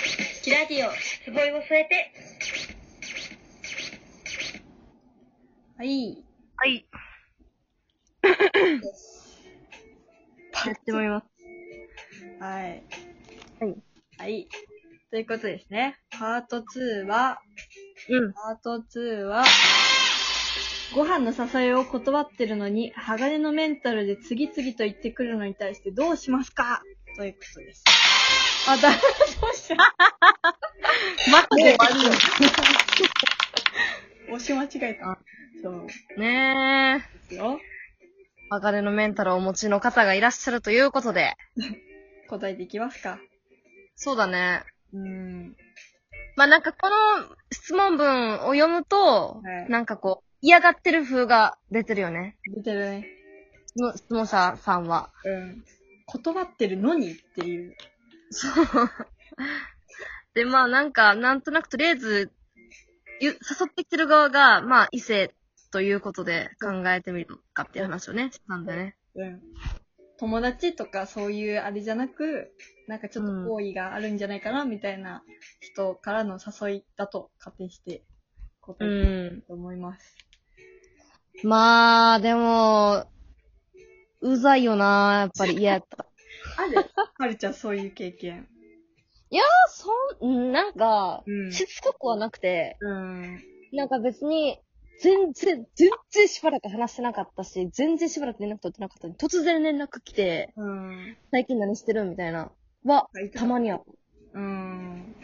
ラジオ。つぼいを添えて。はい。 はい。やってもらいます。はい。はい。はい。ということですね。パート2は、うん。パート2は、ご飯の誘いを断ってるのに、鋼のメンタルで次々と言ってくるのに対してどうしますかということです。あ、だ、どうしたマジで 押し間違えた。そうでねすえ。よ。鋼のメンタルをお持ちの方がいらっしゃるということで。答えていきますか。そうだね。うーん。まあ、なんかこの質問文を読むと、はいなんかこう、嫌がってる風が出てるよね。出てるね。質問質問者さんは。うん。断ってるのにっていう。で、まあなんか、なんとなくとりあえず、ゆ誘ってきてる側が、まあ異性ということで考えてみるかっていう話をね、したんだよね。うん。友達とかそういうあれじゃなく、なんかちょっと好意があるんじゃないかな、みたいな人からの誘いだと仮定して、答えていきたんい。と思います。まあ、でも、うざいよな、やっぱり嫌やった。あるはるちゃんそういう経験。そん、なんか、うんしつこくはなくて、うん。なんか別に、全然、全然しばらく話してなかったし、全然しばらく連絡取ってなかったのに、突然連絡来て、うん。最近何してるみたいな、は、たまにある。うん。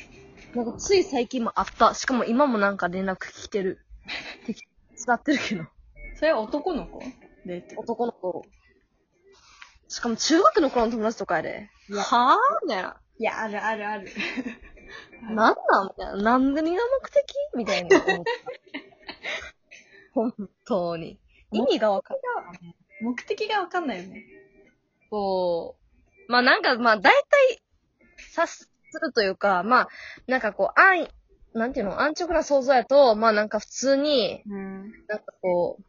なんかつい最近もあった。しかも今もなんか連絡来てる。適使ってるけど。それは男の子でってこと男の子。しかも中学の頃の友達とかやで。いやはぁみたいな。いや、あるあるある。なんなんみたいな。なんでみんな目的みたいな思った。本当 に。意味がわかる。目的がわかんないよね。こう。まあなんか、まあ大体、察するというか、まあ、なんかこう、あん、なんていうの、安直な想像やと、まあなんか普通に、うん。 なんかこう、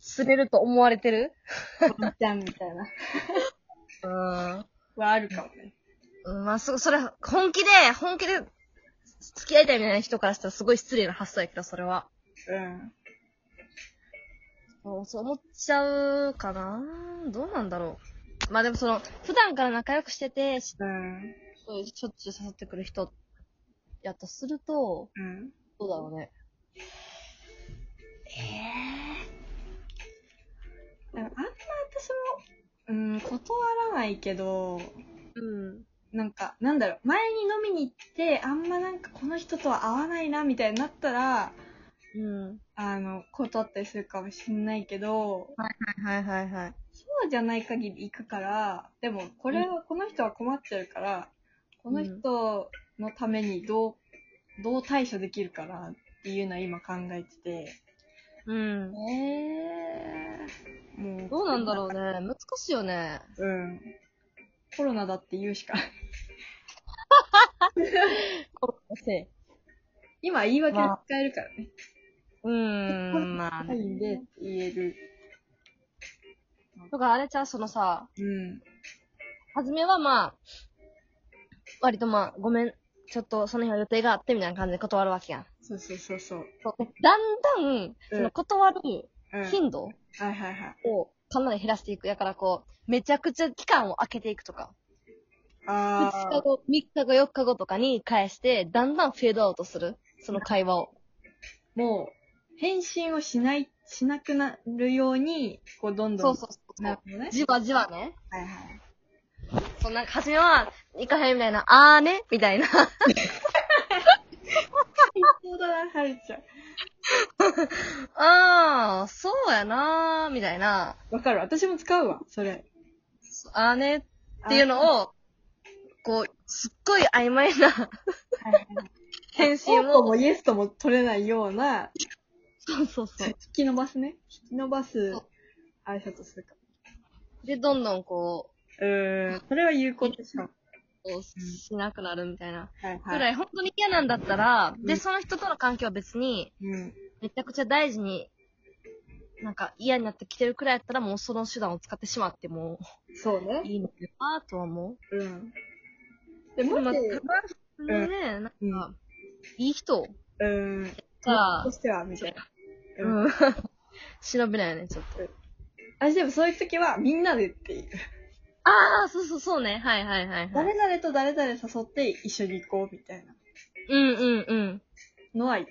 釣れると思われてるワンちゃんみたいな。うん。はあるかもね。まあ、そ、それ、本気で、本気で、付き合いたいみたいな人からしたらすごい失礼な発想やけど、それは。うん。そう、そう思っちゃうかなどうなんだろう。まあでもその、普段から仲良くしてて、しうん。そういうしょっちゅう誘ってくる人、やとすると、うん。どうだろうね。えなんかあんま私も、うん、断らないけど、えうん。なんか、なんだろう、前に飲みに行って、あんまなんかこの人とは合わないな、みたいになったら、うん。あの、断ったりするかもしんないけど、はいはいはいはい。そうじゃない限り行くから、でも、これは、この人は困ってるから、この人のためにどう、どう対処できるかな、っていうのは今考えてて、うん。えー、もう、どうなんだろうね。難しいよね。うん。コロナだって言うしかない。 今言い訳が使えるからね。うーん、まあサイね。ンでって言える。とか、あれちゃう、そのさ、うん。はじめはまあ、割とまあ、ごめん、ちょっとその日は予定があってみたいな感じで断るわけやん。そうそうそうそう。そうだんだん、その断るうん。はい頻度はいはい。をかなり減らしていく。やからこう、めちゃくちゃ期間を空けていくとか、2あ日あ。後、3日後、4日後とかに返して、だんだんフェードアウトする。その会話を。もう、返信をしない、しなくなるように、こう、どんそどん。うそうそう。なるほどね。じわじわね。はいはい。そう、なんか、初めは、行かへんみたいな、あーね、みたいな。そうだな、はるちゃん。あー、そうやなー、みたいな。わかる。私も使うわ、それ。あーねっていうを。のを、こう、すっごい曖昧なはいはい返オ信ーとを。もイエスとも取れないような、そうそうそ引き伸ばすね。引き伸ばすそう挨拶するか。う。で、どんどんこうーん。それは有効でしょう。う、こうしなくなるみたいな。はいぐはらい。い、本当に嫌なんだったら、うで、んその人との関係は別に、うん。めちゃくちゃ大事に、なんか嫌になってきてるくらいやったら、もうその手段を使ってしまってもそうね。いいのかなとは思う。うん。ででもも、たましに、それね、なんうん。か、いい人うん。がと、しては、みたいな。うん。うん。 調べないよね、ちょっと。あ、でもそういう時は、みんなでっていう。ああ、そうそう、そうね。はいはいはい、はい。誰々と誰々誘って一緒に行こう、みたいなうんうんうん。のは言う。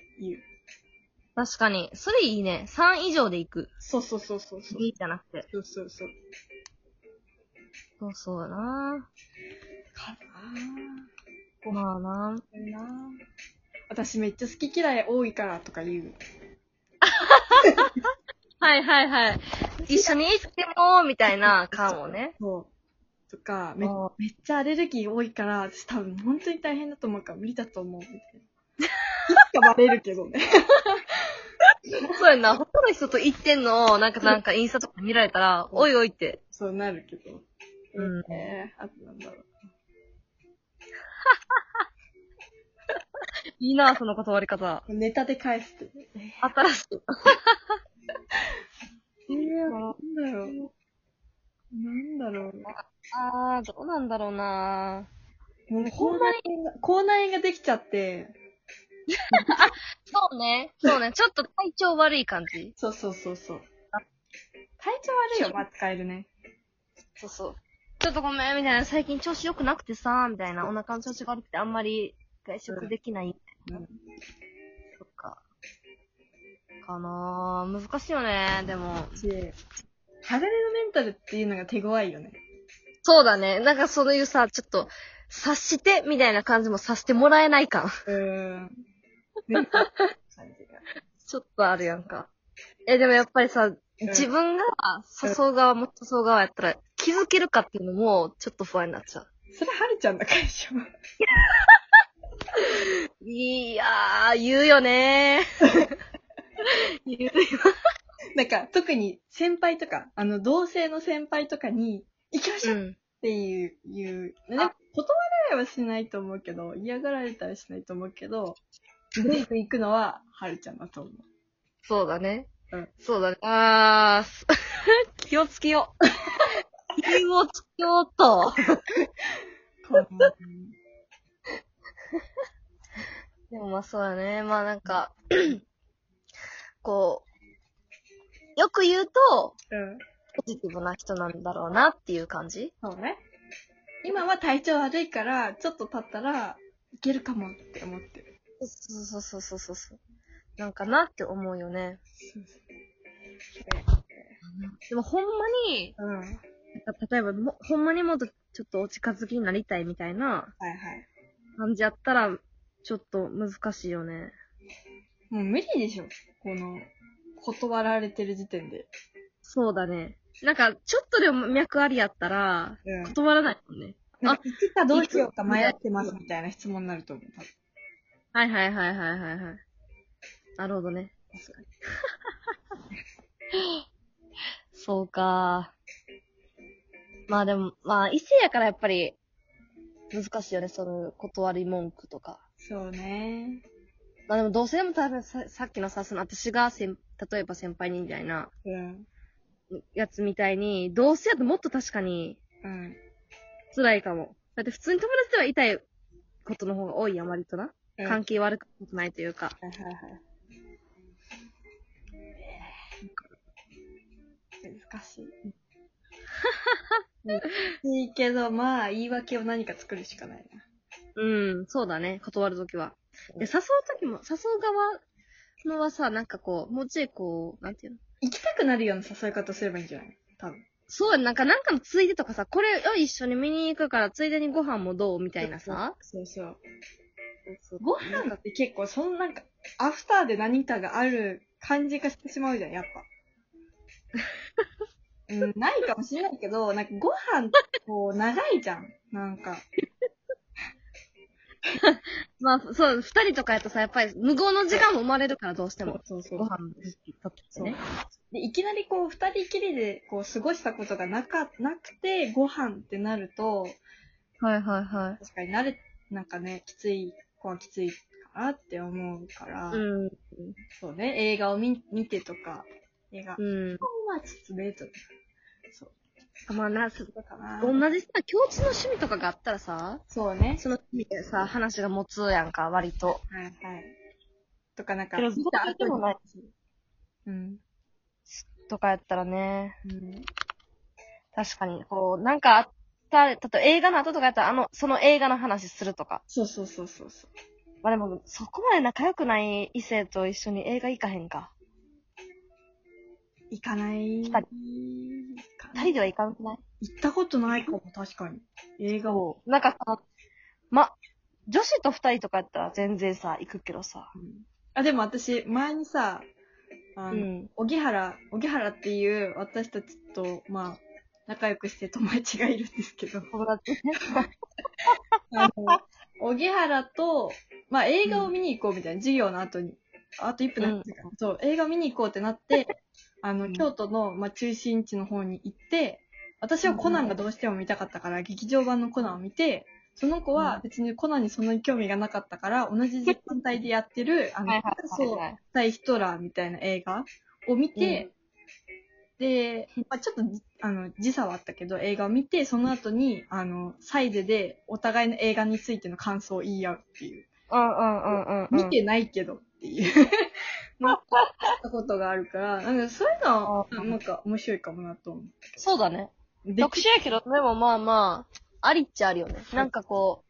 確かに。それいいね。3以上で行く。そうそうそうそうそう。いじゃなくて。そうそうそう。そうそうだなかなぁ。まあなぁ。ぁ。なぁ。私めっちゃ好き嫌い多いからとか言う。はいはいはい。一緒に行っても、みたいな感をね。そう。とか、めあーめっちゃアレルギー多いから、私多分本当に大変だと思うから無理だと思う。みたいな。いつかバレるけどね。そうやんな。他の人と行ってんのを、なんかなんかインスタとか見られたら、おいおいって。そうなるけど。うんねあとなんだろう。いいなぁ、その断り方。ネタで返すっていうね。新しい。えー、なんだろう。なんだろう。ああ、どうなんだろうなぁ。もうほ口んま内炎が、口内炎ができちゃって。そうね。そうね。ちょっと体調悪い感じ。そうそうそうそう。あ体調悪いよ、まあ、使えるね。そうそう。ちょっとごめん、みたいな。最近調子良くなくてさ、みたいな。お腹の調子が悪くて、あんまり外食できない。うんそっか。かなぁ。難しいよね、でも。し、鋼のメンタルっていうのが手強いよね。そうだね。なんかそういうさ、ちょっと、察して、みたいな感じも察してもらえない感。うーん。ね感じがちょっとあるやんか。え、でもやっぱりさ、自分が誘う側も誘う側やったら、気づけるかっていうのも、ちょっと不安になっちゃう。それ、はるちゃんの会社。いやー、言うよ ねー。言うよ。なんか、特に先輩とか、あの、同性の先輩とかに、行きましょうっん。ていう、いう、ね、断られはしないと思うけど、嫌がられたりしないと思うけど、全部行くのは、はるちゃんだと思う。そうだね。うんそうだね。あーす、 気をつけよ う。気をつけようっと。このでもまあそうだね。まあなんか、 こう、よく言うと、うん。ポジティブな人なんだろうなっていう感じそうね。今は体調悪いから、ちょっと経ったら、いけるかもって思ってる。そうそうそうそうそうそう。なんかなって思うよね。 でもほんまに、うん。はい例えばも、ほんまにもっとちょっとお近づきになりたいみたいなはい。感じやったら、ちょっと難しいよね。もう無理でしょ。この、断られてる時点で。そうだね。なんか、ちょっとでも脈ありやったら、うん断らないもんね。なんか、いつかどうしようか迷ってますみたいな質問になると思う。多分はいはいはいはいはいはい。なるほどね。そうか。まあでも、まあ異性やからやっぱり、難しいよね、その断り文句とか。そうね。まあでも同性でも多分ささっきのさ、その私が先例えば先輩にみたいなうん。やつみたいに、同性だともっと確かにうん。辛いかも。だって普通に友達では痛いことの方が多いやん、割とな。うん関係悪くないというか。はいはいはい。難しい。難しいけど、まあ、言い訳を何か作るしかないな。うん、そうだね、断るときは。うんで、誘うときも、誘う側のはさ、なんかこう、もうちょいこう、なんていうの行きたくなるような誘い方すればいいんじゃない多分。そうやん、なんか、なんかのついでとかさ、これを一緒に見に行くから、ついでにご飯もどうみたいなさ。そうそう。ごなんかって結構、そのなんか、アフターで何かがある感じがしてしまうじゃん、やっ ぱ。うん、ないかもしれないけど、なんかご飯ってこう、長いじゃん。なんか。まあ、そう、二人とかやとさ、やっぱり、無言の時間も生まれるから、どうしても。そうそご飯の時期とってね。で、いきなりこう、二人きりでこう、過ごしたことがなか、なくて、ご飯ってなると、はいはいは確かに慣れ、なんかね、きつい子はきついかなって思うから、い。うん。そうね、映画を見見てとか、映画、うん。まあちょっとね、ちょっと。そう。まあ、ナースとかな。同じさ、共通の趣味とかがあったらさ、そうね。その趣味でさ、話が持つやんか、割と。はいはい。とかなんか、けどずっとやってもないうん。とかやったらね、うん。確かに、こう、なんかあった、例えば映画の後とかやったら、あの、その映画の話するとか。そうそうそうそうそう。まあでも、そこまで仲良くない異性と一緒に映画行かへんか。行かない。人か二人では行かなくない行ったことないかも、確かに。映画を。なんかさ、ま、女子と二人とかやったら全然さ、行くけどさ。うんあ、でも私、前にさ、うあの、ん。荻原、荻原っていう私たちと、まあ、仲良くして友達がいるんですけど、友達ね。あの、荻原と、まあ映画を見に行こうみたいな、授業の後に。あと1分だったから、そう、映画見に行こうってなって、あうの、ん京都の、まあ、中心地の方に行って、私はコナンがどうしても見たかったから、劇場版のコナンを見て、その子うはん別にコナンにそんなに興味がなかったから、同じ時間帯でやってる、あの、はいはいはいそうは、い。対ヒトラーみたいな映画を見て、で、まあ、ちょっとじあの時差はあったけど映画を見てその後にあのサイズでお互いの映画についての感想を言い合うっていう、うんうんうんうん、うん。見てないけどって いうなんかあったことがあるからなんかそういうのはあーなんか面白いかもなと思そうだね。う。で特殊やけど、でもまあまあ、ありっちゃあるよね。なんかこ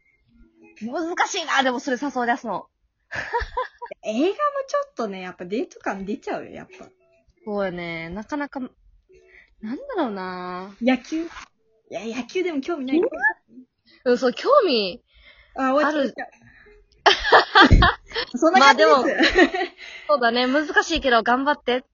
う、難しいな、でもそれ誘い出すの。映画もちょっとねやっぱデート感出ちゃうよやっぱそうよね。なかなか、なんだろうな野球いや野球でも興味ないからうん、そう、興味。あ終わっちゃったそんなま あ感じでです、もそうだね。難しいけど、頑張って。